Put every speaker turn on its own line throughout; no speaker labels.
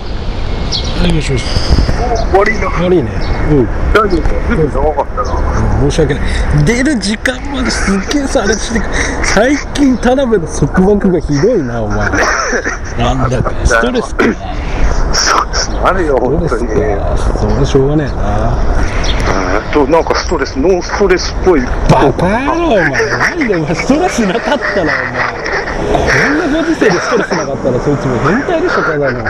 はい、もしもし。
悪いな。
悪いね。うん。
大丈夫かずいぶん長かった
申
な。
し訳ない。出る時間まですっげえさ、あれしてくる最近、田辺の束縛がひどいな、お前。なんだか、ストレスかな。
そうですね。あれよ、
スト
本
レ
当に
ス。か。それはしょうがねえな。
うんと、なんかストレス、ノンストレスっぽい。
バカ野郎、お前。なんでお前、ストレスなかったな、お前。こんなご時世でストレスなかったら、そいつも変態でしょ、ただの。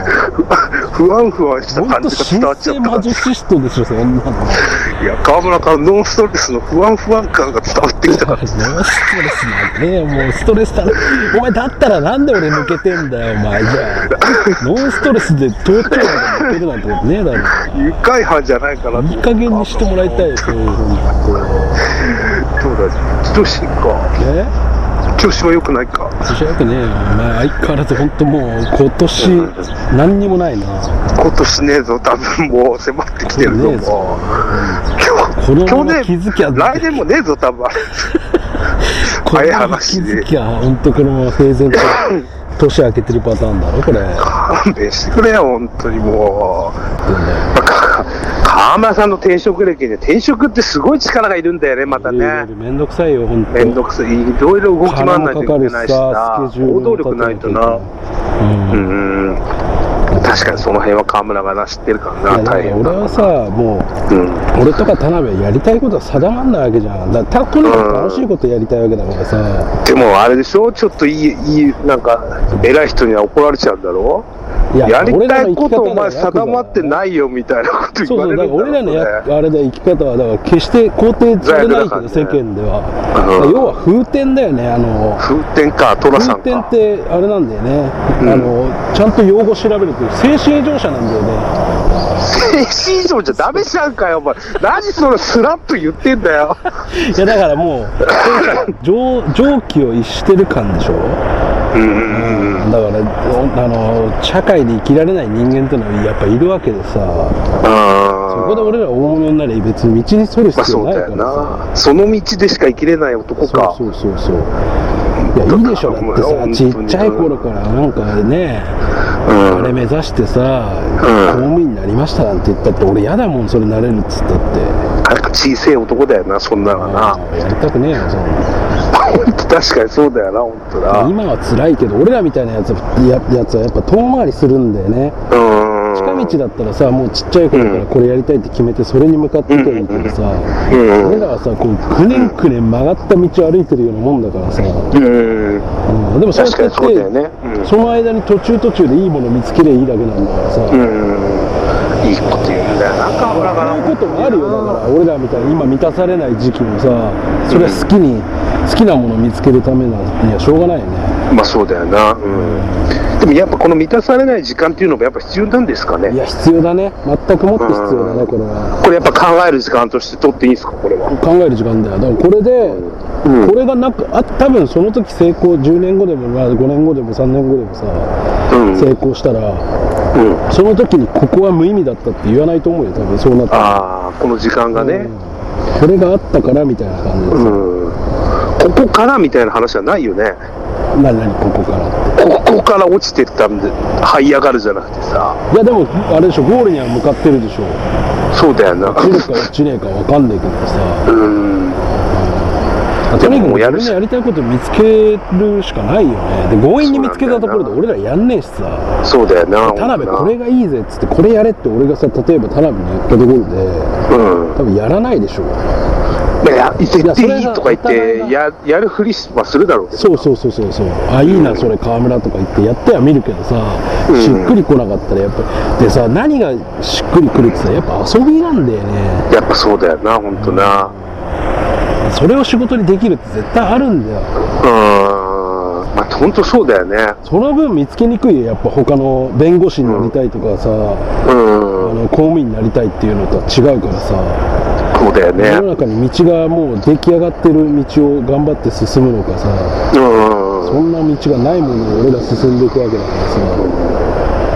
不安不安した
ほん
感
と、
じが伝
神
わっちゃっ
聖魔
た。
術師とでしょ、そんなの。
いや、川村からノンストレスの不安不安感が伝わってきたか
もうストレスなんてねえよもうストレスたら、お前だったらなんで俺抜けてんだよ、お前じゃあ。ノンストレスで東京まで抜けるなんてことねえだろ。
ら、愉快犯じゃないかなと
いい加減にしてもらいたいよ、そういうふうに。
そうだ、女子か。
ね
調子は良くないか。
私はよくねえよ、お前相変わらず本当もう今年何にもないな。
今年ねえぞ、多分もう迫ってきてるぞ、
ねえぞ
もう。
この
今日、
ま
去
ま気づきゃ
年、来年もねえぞ、多分。
この
早い
まま気
話
づきゃ、本当このまま平然と年明けてるパターンだろ、これ。
勘弁してくれよ、本当にもう。
ね
まあか川村さんの転職歴で、転職ってすごい力がいるんだよね、またね。
めんどくさいよ、本当。
めんどくさい、いろいろ動き回らないと
金もか
い
か
け
る
ない
し
し
さ
な、
スケジュール
行
も
動力ないとな。う
うん
ーん。確かにその辺は川村がな、知ってるか
い
ら
や
な、
だから
大変だ。
俺はさもう
うん。
俺とか田辺はやりたいことは定まんないわけじゃんだからたとにかく楽しいことやりたいわけだからさ、
でもあれでしょちょっといい、いい、なんか、偉い人には怒られちゃうんだろ
い
やり
俺
た
らの
い
生
こ
き方
と
は
お前定まって
い
ないよみたいなこと
そ
言
うそう
われ
だ
る
から俺ら
んだ
のや
ろうね。
あれだ生き方はだから決して肯定されないけど、
罪悪
世
感
間
ね
では、
うん
だから要は風天だよねあの
風天か、トラさ
風天
んか
っ。てあれなんだよね、
うん
あのちゃんと用語調べると精神異常者なんだよね
精神異常じゃダメじゃんかよ、お前。何そのスラップ言ってんだよ。
いやだから もう上上気を逸してる感でしょ
うん。
だからおあの社会で生きられない人間ってのはやっぱいるわけでさそこで俺ら大物になりゃ別に道にそる
まあ
必
そ
要
う
ない
だ
から
よ
さ、
な。その道でしか生きれない男か。
そうそうそうそういやいいでしょだって
本当
さ
に
ちっちゃい頃からなんかねあれ目指してさ、公務員になりましたなんて言ったって俺嫌だもんそれなれるっつったって
あれか小さい男だよな、そんなのな。
やりたくねえよそんな
確かにそうだよな、本当だ。
今は辛いけど俺らみたいなやつはややつはやっぱ遠回りするんだよね
うん。
近道だったらさもうちっちゃい頃からこれやりたいって決めてそれに向かっていけばいいけどさ
うん
俺らはさこうくねんくねん曲がった道を歩いてるようなもんだからさ、う
うん。
ん、でもそうや
確
っ
か
て
にそうだよね。うん
その間に途中途中でいいもの見つけりゃいいだけなんだからさ、
う
そ
んいいこと言うんだよな、河村が
ういう
な。
こともあるよだから俺らみたいに今満たされない時期もさそれは好きに、好きなものを見つけるためなんにはしょうがないよね
まあそうだよな。うん。でもやっぱこの満たされない時間っていうのもやっぱ必要なんですか
い
ね。
や必要だね全くもって必要だねこれは。
これやっぱ考える時間として取っていいんですか、これは。
考える時間だよだからこれで、
うん
これがなくあ多分その時成功10年後でも、まあ、5年後でも3年後でもさ
うん。
成功したら
うん。
その時にここは無意味だったって言わないと思うよ多分そうなったら
ああ、この時間がね。
これがあったからみたいな感じで
う
さ、
ん。ここからみたいな話はないよね。
何々ここからって
ここから落ちてったんで、這い上がるじゃなくてさ。
いやでもあれでしょゴールには向かってるでしょ
そうだよな。
出るか落ちねえか分かんないけどさ
うん。
とにか
も
く
うや
や
る
る
し
やりたいこと見つけるしかないよねで強引に見つけたところで俺らやんねえしさ
そうだよな。
田辺こ
本
れがいいぜっつってこれやれって俺がさ例えば田辺に言ったところで
当なうん。
多分やらないでしょう
いや、絶
やそ
対
れ
いい
が
とか言っ
お互い
て
が、
や、やるふりはするだろうけど。
そうそうそうそうそうあいいなそれ川村とか言ってやっては見るけどさ
ん
しっくり来なかったらやっぱでさ何がしっくりくるってさやっぱ遊びなんだよね
やっぱそうだよな、ほんとな。
それを仕事にできるって絶対あるんだよ
うーん。まあ、ほんとそうだよね。
その分見つけにくいよやっぱ他の弁護士になりたいとかさ、
う
あ
ーん。
の公務員になりたいっていうのとは違うからさ
そうだよね。
世
う
の中に道がもう出来上がってる道を頑張って進むのかさ
ーん。
そんな道がないものを俺ら進んでいくわけだからさ。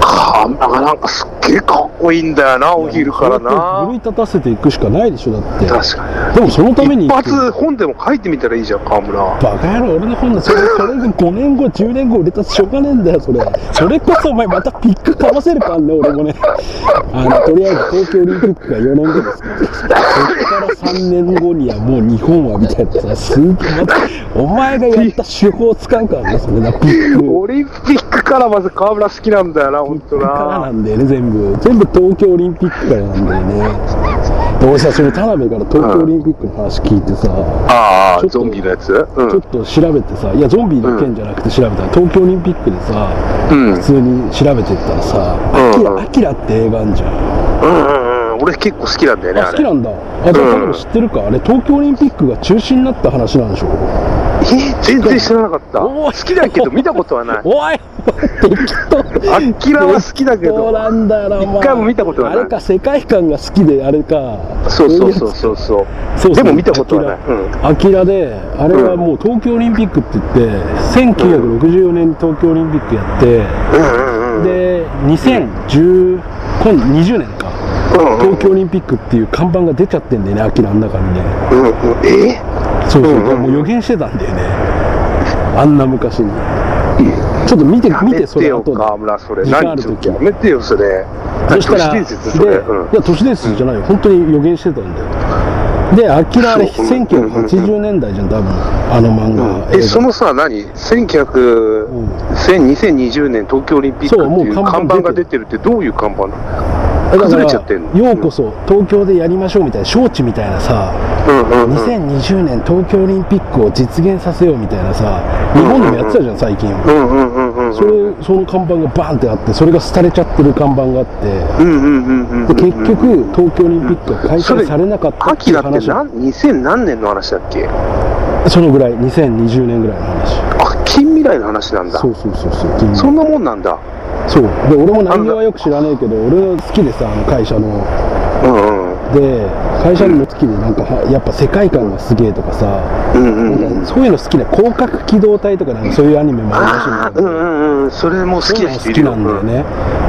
河あんながなんかすっげえかっこいいんだよな、お昼か
そう
ら
やって奮
な。
い立たせていくしかないでしょ、だって。
確か
でもそのため
に。
に
一
生きてる
発本でも書いてみたらいいじゃん、河村。
バカ野郎、俺の本のそれ、それが5年後、10年後売れたらしょうがねえんだよ、それ。それこそお前またピックかませるかんね、俺もね。あの、とりあえず東京オリンピックが4年後ですから。そっから3年後にはもう日本はみたいなさ、すげえ、また、お前がやった手法使うからね、それな、ピック。
オリンピックからまず河村好きなんだよな、ほんと
からな
な。
んだよね、全部。全部東京オリンピックからなんだよね。で、俺さ、その田辺から東京オリンピックの話聞いてさ、ちょ
ああ、
っと
ゾンビのやつう
ちょっ
ん。
と調べてさ、いや、ゾンビの件じゃなくて調べたら、東京オリンピックでさ、
うん。うん
普通に調べてったらさ、アキラ、アキラって映画あんじゃん。
うんうん。俺結構好きなんだよね、
あ、
あ
好き
れ。
なんだ。あ、じゃあ多分知ってるか。あれ、東京オリンピックが中止になった話なんでしょ
え全然知らなかった。
お
好
ー
きだけど見たことはない。
おい適当。
アッキラは好きだけど
そうなんだよな、お前
一回も見たことはない
あれか、世界観が好きで、あれか。
そう
うい
そうそう
うや
そうそう。
つ。そうそう
でも見たことはない。うん。
アキラで、あれはもう東京オリンピックって言って、1964年に東京オリンピックやって、
うんうんうん。
で、2010、今度20年か。
うんうん
東京オリンピックっていう看板が出ちゃってんだよね、アキラの中にね。
うんうん、え
そうそう、
うんうん
だからもう予言してたんだよね。あんな昔に。ちょっと見て、見
見
て、
て
そ
そ
れ
れ
後
よ、
で。
河村、それ。
時間あ
何
る
ちょっ
時
とやめてよ、それ。
そしたら、
都市伝説、それ。
で
うん
い。や、都市伝説じゃないよ。本当に予言してたんだよ。で、アキラあれ、
そううん
1980年代じゃん、多分。あの漫画。映
え、
画
そのさ、何 ?1900、
うん
1000 2020年東京オリンピック
そうも
っ
う
ていう
看
看
板
板
が
が
出
出てるってどういう看板なの
だから
崩れちゃってんの
ようこそ、東京でやりましょうみたいな、招致みたいなさ、
うんうんうん。
2020年東京オリンピックを実現させようみたいなさ、日本でもやってたじゃん、最近。
うんうんうんうんうん。
それその看板がバーンってあってそれが廃れちゃってる看板があって
うんうんうんうんうんうん。
で結局東京オリンピックが開
それ
催されなかった
ア
って
キ
いう
ラって
話
何2000何年の話だっけ
そのぐらい2020年ぐらいの話
あ、近未来の話なんだ
そ。うそうそうそう君
そんなもんなんだ。
そうで俺も内容はよく知らないけど俺は好きでさあの会社の
うんうん。
で会社にも好きでなんかはやっぱ世界観がすげえとかさ
うんうんうん。
そういうの好きで広角機動隊とかなんかそういうアニメもあるらしいんだ
あ
け
ーう
ど
んうんうん。それも好
そう
き
いう
な
の
人
好
い
き
る
な
よ。
んだよね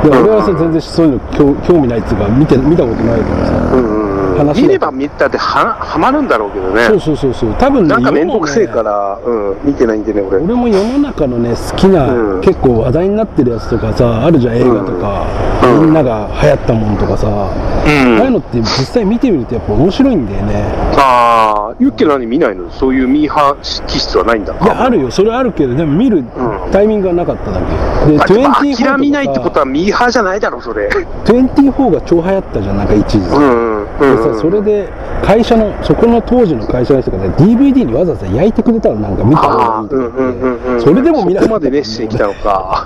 で俺はさ全然そういうの興興味ないっつうか見て見たことないからさ
うんうんうん
話が
見れば見たってははまるんだろうけど
そう
ね。
そうそうそう多分ね
なんか
世
面
のね
倒くせえから、うん、見てないんでね、俺。うん
俺も世の中のね好きな、
うん
結構話題になってるやつとかさあるじゃん映画とか、
うん
みんなが流行ったものとかさ、ああいうのって実際見てみるとやっぱ面白いんだよね
ああ、ユッケ何見ないのそういうミーハー気質はないんだ。
いやあるよそれあるけどでも見る
ん
タイミングがなかっただけで
あでも諦めないっ
24
てこと
とか
はミーハーじゃないだろ、それ。
24が超流行ったじゃんなんか一時
う
さ、
んうんう
で
んう
さ
ん。
それで会社のそこの当時の会社の人がね DVD にわざわざ焼いてくれたのなんか見た方が
ああ、
いいと
う
か言
ん
って
うんうんうん。
それでも見なかった
そこまで熱心に来たのか。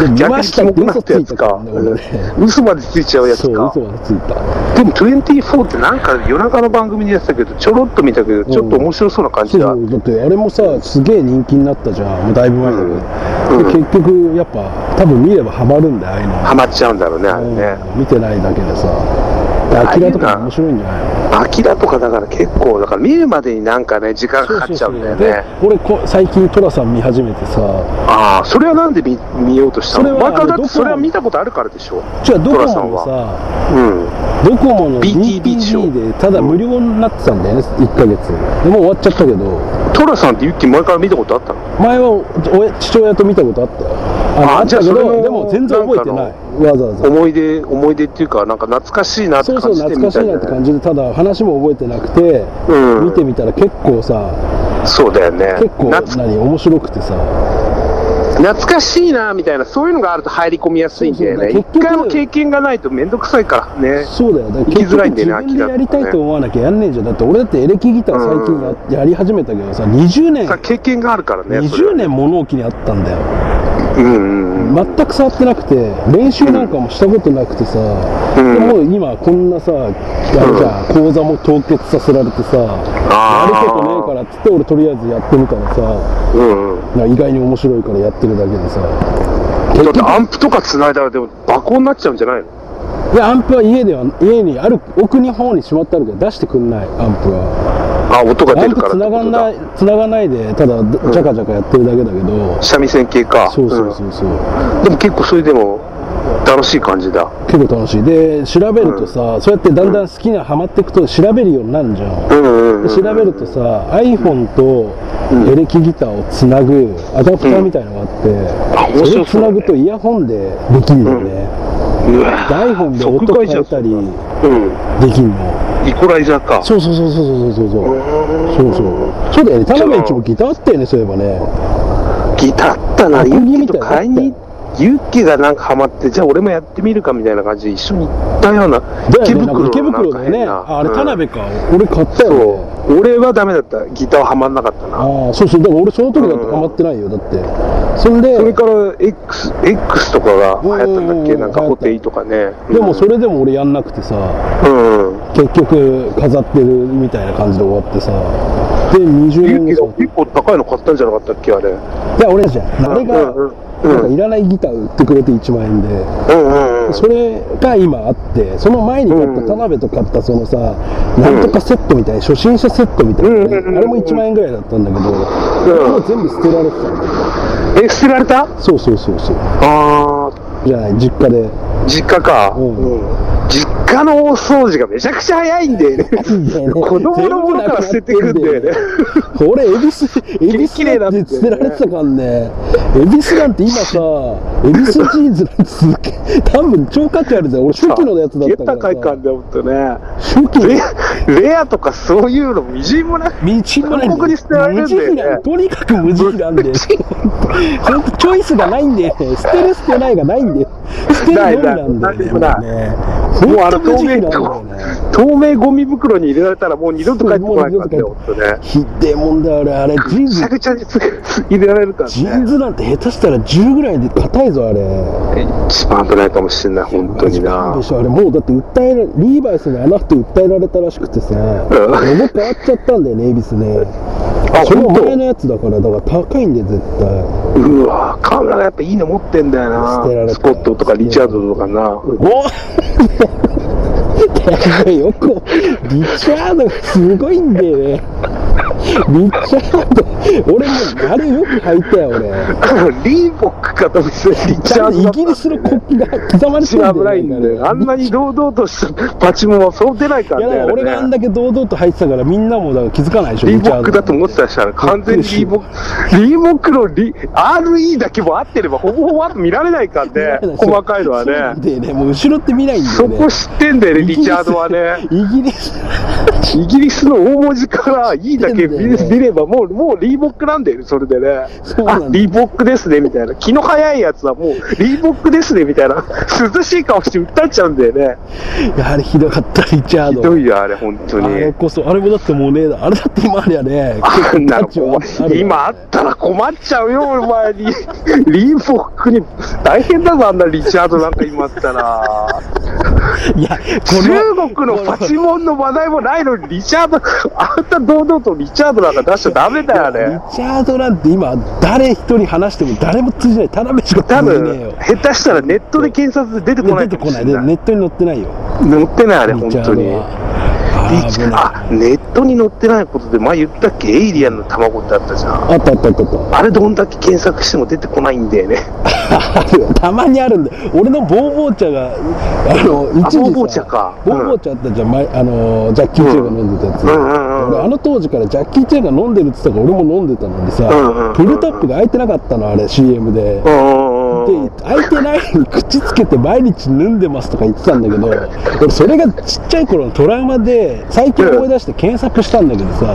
で見
逆
ま
に
した
キ
っ
モ
て
くな
嘘
っ
つ
たや
い
つ
たから
か
ね俺ね。
うん嘘までついちゃうやつ
そう
か
嘘。はついた
でも24ってなんか夜中の番組でやってたけど、ちょろっと見たけど、ちょっと面白そうな感じ
そう
だ。
そうだってあれもさすげえ人気になったじゃんもうだいぶ前だけど、
う
で
ん
結局やっぱ多分見ればハマるんだよああいうの
ハマっちゃうんだろうね、あれね。
うん見てないだけでさでアキラとかも面白いんじゃないの
アキラとかだから結構、だから見るまでになんかね、時間かかっちゃうんだよ
で
ね。
俺こ最近寅さん見始めてさ
ああ、それはなんで見見ようとした
そ
の
れは
前からだっ
どこ
てそれは見たことあるからでしょ。
じゃあドコ
寅さ
モ
ん
も
は
さ
うん。
ドコモの
BTV でしょ
BTV でただ無料になってたんだよね1ヶ月でもう終わっちゃったけど
トラさんってユッキー前から見たことあったの
前はおお父親と見たことあったよあの
あ
あったけ
じゃあそれ
ど
の
でも全然覚えてない
なんか
わざわざ
思い出、思い出っていうか、なんか懐かしいなって
そうそ
感
う
じで
懐か
見
しい
たん
な
だ
って
よね。
感じでただ話も覚えてなくて、
うん
見てみたら結構さ
そうだよね。
結構
懐
何面白くてさ
懐かしいなみたいな、そういうのがあると入り込みやすいんだよ
そ
ね。
うそう
一回も経験がないとめんどくさいからね。
そうだよだから
行きづらいんだ
結
よね
局自分でやりたい
明らかにね
と思わなきゃやんねえじゃんだって俺だってエレキギター最近や,、やり始めたけどさ20年
さ経験があるからね。それは
20年物置にあったんだよ
うんうんうん。
全く触ってなくて練習なんかもしたことなくてさ、
ん
でも今こんなさあれじゃん、講座も凍結させられてさや
あ
る
ー
ことねえからっつって俺とりあえずやってみたらさ
うんうん。
なんか意外に面白いからやってるだけでさ
だってアンプとか繋いだらでも爆音になっちゃうんじゃないの
いやアンプは家では家にある奥の方にしまってあるけど出してくんないアンプは
あ、音が
ア
出
ン
る
プ
から。
繋がんないい繋がないでただジャカジャカやってるだけだけど、
三味線系か。
そうそうそうそう、
うんでも結構それでも、楽楽しい感じだ。
結構楽しい。で、調べるとさ、そうやってだんだん好きな、ハマっていくと調べるようになるじゃん。
うんうん、う
で
ん。
調べるとさ、iPhone とエレキギターをつなぐアダプターみたいのがあって、
うんあ面白
そ
そう
れつなぐとイヤホンでできるよね。
うわ
で iPhone で音
即買いじ
変
ゃん
えたり
う
できるの。
ん。イコライザーか。
そうそうそうそうそうそうそう。
う
そうそう。そうだよね。田辺一もギターあったよね、そういえばね。
んギターあったな。
アコ
ユ
ギ
ッ
みた
キ
い
と
な
買いに、ユッキがなんかハマって、じゃあ俺もやってみるかみたいな感じで一緒に行ったような。
だ
池
よね、なんか
袋
池
のなん
袋
か
だよ
変
ね。
な。
ああれ、
うん
田辺か。俺買ったよね。
そう。俺はダメだった。ギターはハマんなかったな。
ああ、そうそう。でも俺その時だってハマってないよ。だって。そんで、
それから X、X とかが流行ったんだっ
う
け
ん
なんかホテイとかね。
でもそれでも俺やんなくてさ、
うん。
結局飾ってるみたいな感じで終わってさ、で、20
ユ
年後
ッキ
そ
が
う。
結構高いの買ったんじゃなかったっけあれ。
いや、俺じゃん。あれが、
う
なん
ん
か
うん
いらないギター売ってくれて1万円で、
うんうんうん。
それが今あって、その前に買った田辺と買ったそのさ、なんとかセットみたいな、初心者セットみたいなね、
うんうんうん
あれも1万円ぐらいだったんだけど、もう全部捨てられてたんだよ。
え、捨てられた
そうそうそうそう。
あ
じゃない、実家で。
あ、実家か。
うん
うん実家の大掃除がめちゃくちゃ早いんだよね。子供の頃から捨ててくんだよね。
俺、恵比寿、恵比寿なんて捨てられてたからね。恵比寿なんて今さ、恵比寿ジーンズなんてすっげえ、多分超価値あるじゃん。俺、初期のやつだったか
高
ら
い
さ
感。じだもんとね。
初期の
レア、レアとかそういうのみじんもない。
道もない
広告に捨てられるんだよね
無慈悲なとにかく無慈悲なんで。 よ。ほんとチョイスがないんで、捨てる捨てないがないんで。捨てるのみなんだよね。
ない
ね。
もうあ
ほ
の
んと無
透
慈悲な
明
んだよ
ゴ
ね。
透明ゴミ袋に入れられたらもう二度と帰ってこないからね、
そうもう
ほ
ん
とね。
ひでえもんだよ、俺。あれ、ジーン
ぐち
ズ
ゃ、ぐちゃにつ入れられるから
ジーン
ね。
ズなんて下手したら10ぐらいで硬いぞ、あれ。
一番危ないかもしれない、本当にな。
でしょあれもうだって訴えらリーバイスにあの人訴えられたらしくてさ
ん
ロゴ変わっちゃったんだよね恵比寿ね
あ
その
本当
前のやつだからだから高いんで絶対
うわ河村がやっぱいいの持ってんだよ
捨てられ
な
た
スコットとかリチャードとかな
お よくリチャードがすごいんだよねリチャード俺もあれよく履いたよ 俺
リーボックかと思ってリチ
ち
ャ
ゃ
ー
ん
ド
とイギリスの国旗が刻まれて
一
るんだ
番危
よ
ないんだよあんなに堂々としたパチモンはそう出ないか
いや
ら
だ
ね
から俺があんだけ堂々と履いてたからみんなもだから気づかないでしょ
リー
リチ
ボ
ャ
ックだと思ってたしたら完全にリーボックリーボックのリ RE だけも合ってればほぼほぼ見られないからね細かいの は
そうなん
ね
だよねもう後ろって見ないんだよ
そ
ね
こ知ってんだよね
イギ
リ
ス
チャードはね
イギリス
イギリスの大文字から E だけ見
そうだよね
見ればもう、もうリーボックなんだよね、それでね
そう。なん
あ
だ、
リーボックですね、みたいな。気の早いやつはもう、リーボックですね、みたいな。涼しい顔して訴えちゃうんだよね。
やはりひどかったリチャー
ひ
ド
どいよ、あれ、本当
あれ
に。
こそあれもだってもうねえだあれだって今ありゃね
あんなの
結構
怖
価値はある
い今あったら困っちゃうよ、お前に。リーボックに、大変だぞ、あんなリチャードなんか今あったら。
いやこ
中国のパチモンの話題もないのに、リチャード、あんた堂々とリチャードなんか出しちゃダメだよ、あれ。
リチャードなんて今誰一人話しても誰も通じない田辺しか
多
通じねえ
分
よ
下手したらネットで検索で出てこな
出
い
て
か
こ
もし
ない
れ
で
ない
ネットに載ってないよ
載ってないあれ本
リチャ
当
ー
に
ドは
リ
あ
チ
危
ャ
ない
あネットに載ってないことで前言ったっけエイリアンの卵ってあったじゃん
あったあったあったあった
あれどんだけ検索しても出てこないんだよね
あるよ たまにあるんだよ俺のボーボー茶があの一時さ
ボーボー茶か
ボーボー茶あったじゃん、前あのジャッキー・チェーンが飲んでたやつ、
うんうんうん
俺あの当時からジャッキー・チェーンが飲んでるって言ってたから俺も飲んでたのにさ、
うんうんうん
プルタップが開いてなかったのあれ CM で、
うんうんうんうん
で開いてないのに口つけて毎日縫んでますとか言ってたんだけど俺それがちっちゃい頃のトラウマで最近思い出して検索したんだけどさ、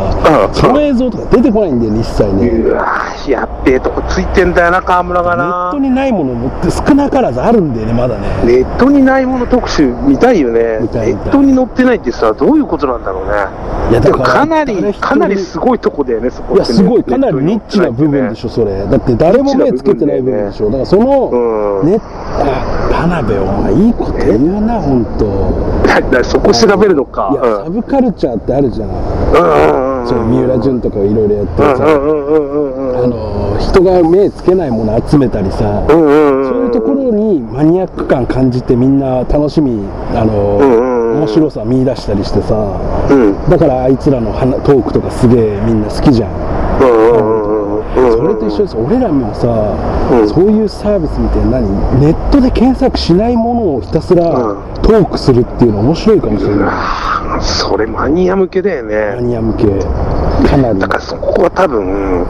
うん
その映像とか出てこないんだよね一切ね、
うわーやっべえとこついてんだよな河村が
ネッ
な
トにないもの持って少なからずあるんだよねまだね
ネットにないもの特集見たいよね
見たい見
ネ
たい
ットに載ってないってさどういうことなんだろうね
いや
で
だ
も
から
かなり
誰一人
かなりすごいとこだよねそこ
いやすごいかなり
ネ
ニ
ッ
ッ
ト
チ
に載
な
って
部
ない
分で
ってね
しょそれだって誰も目つけてない部分でしょだからその
うん
ねあ田辺お前いいこと言うな本当
だからそこ調べるのか。
いやサブカルチャーってあるじゃん
うん。
その三浦淳とかいろいろやって
う
る
んう
さ
んうんうん
あ
うんうん。
の人が目つけないもの集めたりさ
うんうんうん。
そういうところにマニアック感感じてみんな楽しみあの
うんうんうん
面白さ見出したりしてさ
うん。うん
だからあいつらの話トークとかすげえみんな好きじゃん
うんうんうんうん。うん
それと一緒です俺らもさ、
うん
そういうサービスみたいな何ネットで検索しないものをひたすら
うん
トークするっていうの面白いかもしれ
う
ない、
わそれマニア向けだよ
マ
ね
ニア向けかなり
だからそこは多分、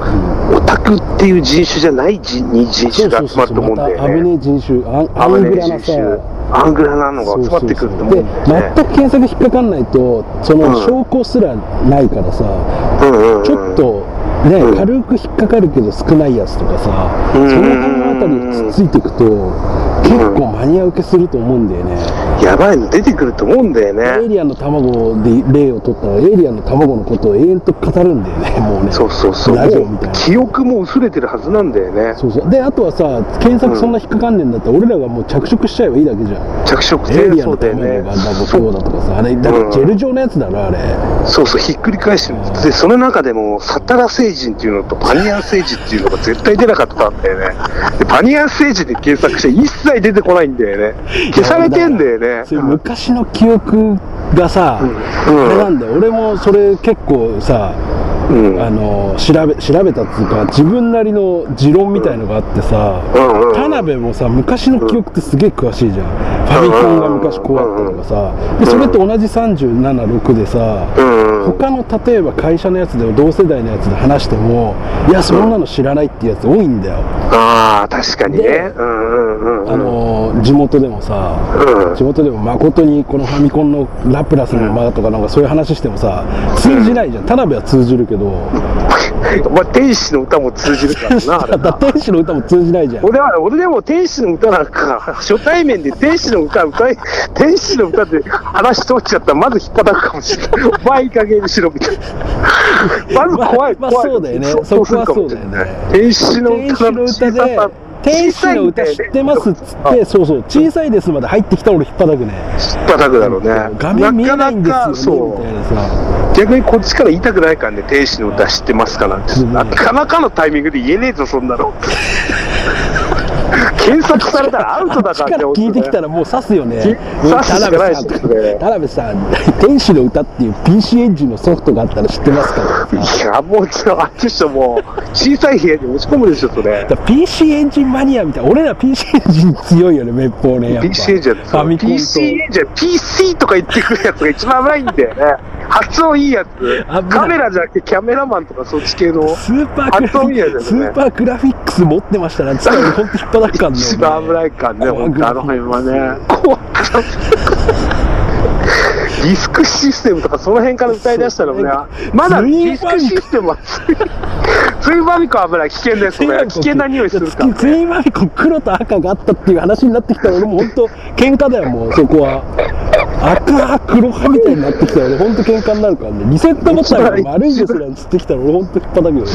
オタクっていう人種じゃない人に人種が集まると思うんだ
また危
よ
ね
ね
え人種あんアングラなさ
アングラなのが集まってくると思うんだよ
で
ね
全く検索引っかかんないとその
うん
証拠すらないからさ、
うんうんうん
ちょっとね、
うん
軽く引っかかるけど少ないやつとかさ、
うん
その辺のあたりにつついていくと、結構マニア受けすると思うんだよね、
やばいの出てくると思うんだよ
エイ
ね
リアンの卵で例を取ったらエイリアンの卵のことを永遠と語るんだよ ねもうね
そうそうそう
ラジオ
も
みたいうな
記憶も薄れてるはずなんだよね
そうそうであとはさ検索そんな引っかかんねえんだったら、俺らがもう着色しちゃえばいいだけじゃん
着色
エイ
性
リアン
そ
の
うだよ
卵
ね
がダボこうだとかさあれだからジェル状のやつだろあれ、
そうそう、ひっくり返してる。で、その中でも、サタラ星人っていうのとパニアン星人っていうのが絶対出なかったんだよね。で、パニアン星人で検索して一切出てこないんだよね。消されてんだよね。
そういう昔の記憶がさ、
うん
あれなんだよ俺もそれ結構さ
うん。うん。
あの調べ調べたっていうか自分なりの持論みたいのがあってさ、
うんうん
田辺もさ昔の記憶ってすげえ詳しいじゃん、ファミコンが昔こうあったとかさ、でそれと同じ376でさ、
うんうん。
他の例えば会社のやつでも同世代のやつで話してもいやそんなの知らないってやつ多いんだよ、
ああ、確かにね。うんうんうん。
あの地元でもさ、
うん
地元でも誠にこのファミコンのラプラスの間とかなんかそういう話してもさ通じないじゃん田辺は通じるけど
まあ、天使の歌も通じるからな、 あれな。
天使の歌も通じないじゃん
俺は、俺でも天使の歌なんか、初対面で天使の歌歌い、 天使の歌で話通っちゃったら、まず引っかかるかもしれない。お前いい加減にしろ、みたいな。まず怖い、
まあ
怖い。
そうだよね
そうするかもしれない天使の
天
歌
使の
の
歌
小
で
ささ
天使の歌知ってますっつってそうそう小さいですまで入ってきたら俺引っ張たくね
引っ叩くだろうね。
画面見えないんですよねみ
そう。
たいなさ
逆にこっちから言いたくないからね、天使の歌知ってますかなんて。
うん
なかなかのタイミングで言えねえぞ、そん なの。検索されたらアウトだからね
力聞いてきたらもう刺すよね
刺すしかないです
田
ね
辺さん田辺さん 天使の歌っていう PC エンジンのソフトがあったら知ってますか
いや、もう、ちょあの人もう、小さい部屋に持ち込むでしょ、それ。
だから PC エンジンマニアみたいな俺ら PC エンジン強いよねめっぽうねやっぱ
PC じゃ、
ファミコンと
PC じゃ、PC とか言ってくるやつが一番危ないんだよね。発音いいやつ
ない。
カメラじゃなくてキャメラマンとかそっち系の。
スーパーグラフ
発音いい
ィ
や
ッ
つだ
ク
ね
スーパーグラフィックス持ってましたなんつったら本当引っ張らっかんね
一番危ないからね、
怖
ほん
く
と
ない
あの辺はね。怖かった。ディスクシステムとかその辺から歌い出したらね
そう、
まだ
ツ
デ
イン
ィ
フ
ス
ァ
ク
ミコン
システムは、ツインファミコンは危ない、危険です、
ツイ
こ
ンマ
れ。
ミ
危
コ
険な匂いするから。
ツインマミコ黒と赤があったっていう話になってきたら俺も本当喧嘩だよもうそこは赤黒派みたいになってきたら俺本当喧嘩になるからねリセットボタンが悪いですなんつってきたら俺本当引っ張らくよね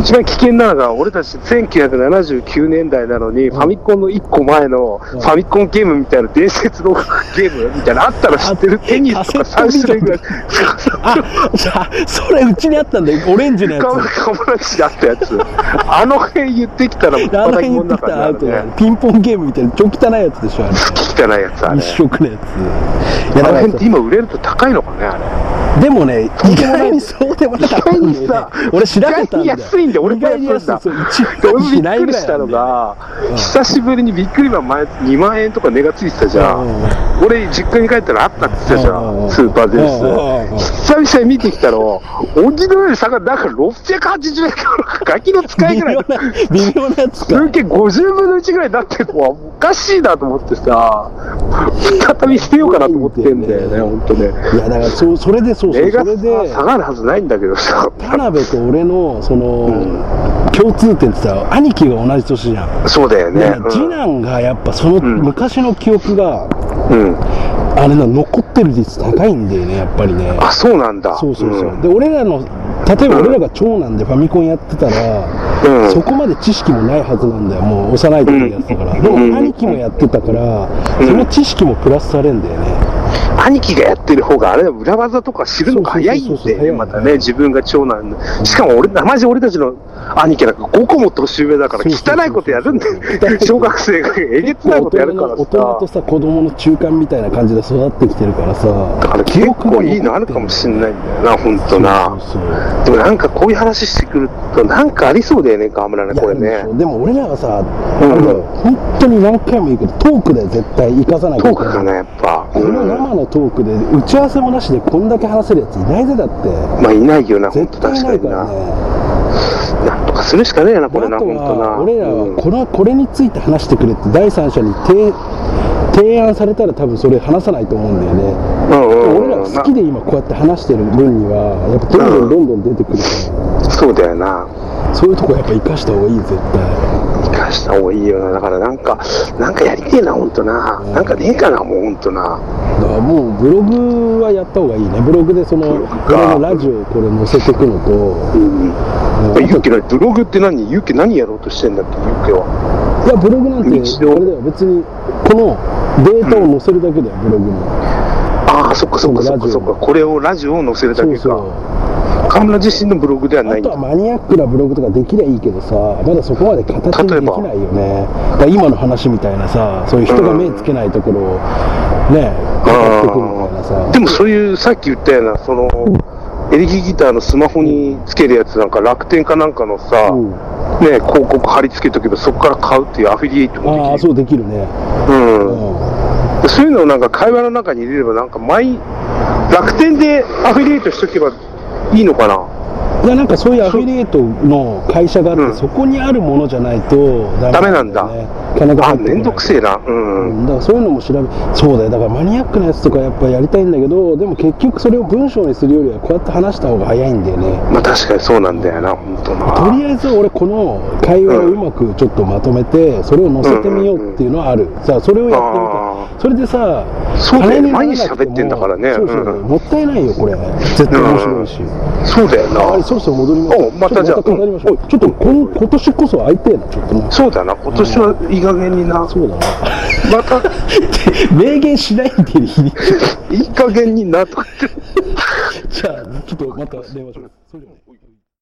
一番危険なのが、俺たち1979年代なのに、ファミコンの1個前のファミコンゲームみたいな伝説のゲームみたいなのあったら知ってる
あ
テニスとか
カセッ
3
ト
種類ぐらい。
あじゃあそれうちにあったんだよオレンジのやつ
カムカムラチであったやつ。あの辺言ってきたらもう、
あの辺言ってきたらアウトだよ、ピンポンゲームみたいな超汚いやつでしょあれ
汚いやつあれ
一。色のやついやだか
あの
ら
辺って今売れると高いのかね、あれ。
でもね意外にそうでもなかったんだよ、ね
意外にさ、
俺調べたんだよ
意外に安いんだよ俺
意
がや
外に安
って
い
んだ
そう1
で
万円
俺び
し
っ
ない
く
ぐ
り
らい
し
な
た
ん
の
だよ
が、久しぶりにびっくりマン前2万円とか値がついてたじゃ
うんんうん。
俺、実家に帰ったらあったって言ってたじゃ
うんうんうん
ん、スーパーゼ
うんうんうん
ンス。久々に見てきたら、おじのより下がなんか680円からガキの使いぐらいの。
微妙な微妙なやつか
累計50分の1ぐらいになってるのはおかしいなと思ってさ、再び捨てようかなと思ってんだよね、本当ね。
いやだからそうそれでそうそう
映
そ
画
れで
下がるはずないんだけどさ。
田辺と俺のその、共通点って言ったら兄貴が同じ年じゃん、
そうだよね
で。次男がやっぱその
ん
昔の記憶が、
うん。うん
あれな残ってる率高いんだよねやっぱりね
あ、そうなんだ。
そうそうそう、
ん
で俺らの例えば俺らが長男でファミコンやってたら、
うん
そこまで知識もないはずなんだよもう幼い時にやってたから、
うん
で
うん
も兄貴もやってたから、その知識もプラスされんだよね、
兄貴がやってる方があれは裏技とか知るのが早いん
そうそうそう
で
そう早
ね、
い
またね、自分が長男の。しかも俺、マジ俺たちの兄貴なんか5個も年上だから、
そうそうそう
汚いことやるんだよ
汚い。 こと
小学生がえげつない
大
ことや
人
るか
の
ら
大人と
さ。
さ子供の中間みたいな感じで育ってきてるから
だ
さ
から結構いいのあるかもしんないんだよな、ほんとな。
そうそう
でもなんかこういう話してくると、なんかありそうだよね、河村ね、これ
いや
ね
で。もでも俺らはさ、
うん
なんだろう本当に何回も言うけどトークで絶対生かさなき
ト
ゃいけ
ーク
ない
かな、やっぱ。
この生のトークで打ち合わせもなしでこんだけ話せるやついないぜだって
まあいないよな、ほんと
絶対
確
いな
か
い
に
から
な。
ね
なんとかするしかねえな、これ
あ
な、
と
ほんとな。
は俺ら
うん
はこれこれについて話してくれって第三者に提提案されたら多分それ話さないと思うんだよね
うんうんうん
俺らは好きで今こうやって話してる分にはやっぱどんどんどんどん出てくるか
なそうだよな
らそういうとこやっぱ生かした方がいい絶対
生かした方がいいよなだからなんかなんかやりてえなほんとな、なんかねえかなもうほんとな
だからもうブログはやった方がいいねブログでその
ブログか
俺のラジオをこれ載せていくのと
うん
あ
ユッケブログって何ユッケ何やろうとしてんだっけユッケはい
やブログなんて
日常
あれだよ別にこのデータを載せるだけだよ、ブログに
ああそっかそっかそっかそっかこれをラジオを載せるだ
そう
け
そう
か河村自身のブログではな
あ
いん
と
だ
はマニアックなブログとかできりゃいいけどさまだそこまで形にで
例え
きな
ば
いよねだから今の話みたいなさそういう人が目つけないところをね語ってくみたいなさ
でもそういうさっき言ったようなそのエレキギターのスマホにつけるやつなんか楽天かなんかのさ、
うん
ね広告貼り付けとけばそこから買うっていうアフィリエイトもできる
ああそうできるね
うん
うん
そういうのをなんか会話の中に入れれば、なんか毎、楽天でアフィリエイトしとけばいいのかな。
いやなんかそういうアフィリエイトの会社があって、
うん
そこにあるものじゃないとダメなんだよね金が
あ、
入ってこな
め
い
んどくせえな。う。
うんんだからそういうのも調べそうだよだからマニアックなやつとかやっぱやりたいんだけどでも結局それを文章にするよりはこうやって話した方が早いんだよね
まあ確かにそうなんだよな、本当
と
な。
りあえず俺この会話をうまくちょっとまとめてそれを載せてみようっていうのはあるさあそれをやってみたいそれでさ
そうだ
金
よ
にならなくて
毎日喋
も
ってんだからね
そうそうそう
うん
もったいないよこれ絶対面白いし、
そうだよ
あれ
な。
そろそろ戻ります
おうまたじゃあ
ちょっとまた語りましょうちょっとこん今年こそ会いてえなちょっとな
そうだな、今年はいい加減にな。
そうだな
また、
明言しない んでいい
いい加減になとか言って。
じゃあちょっとまた電話します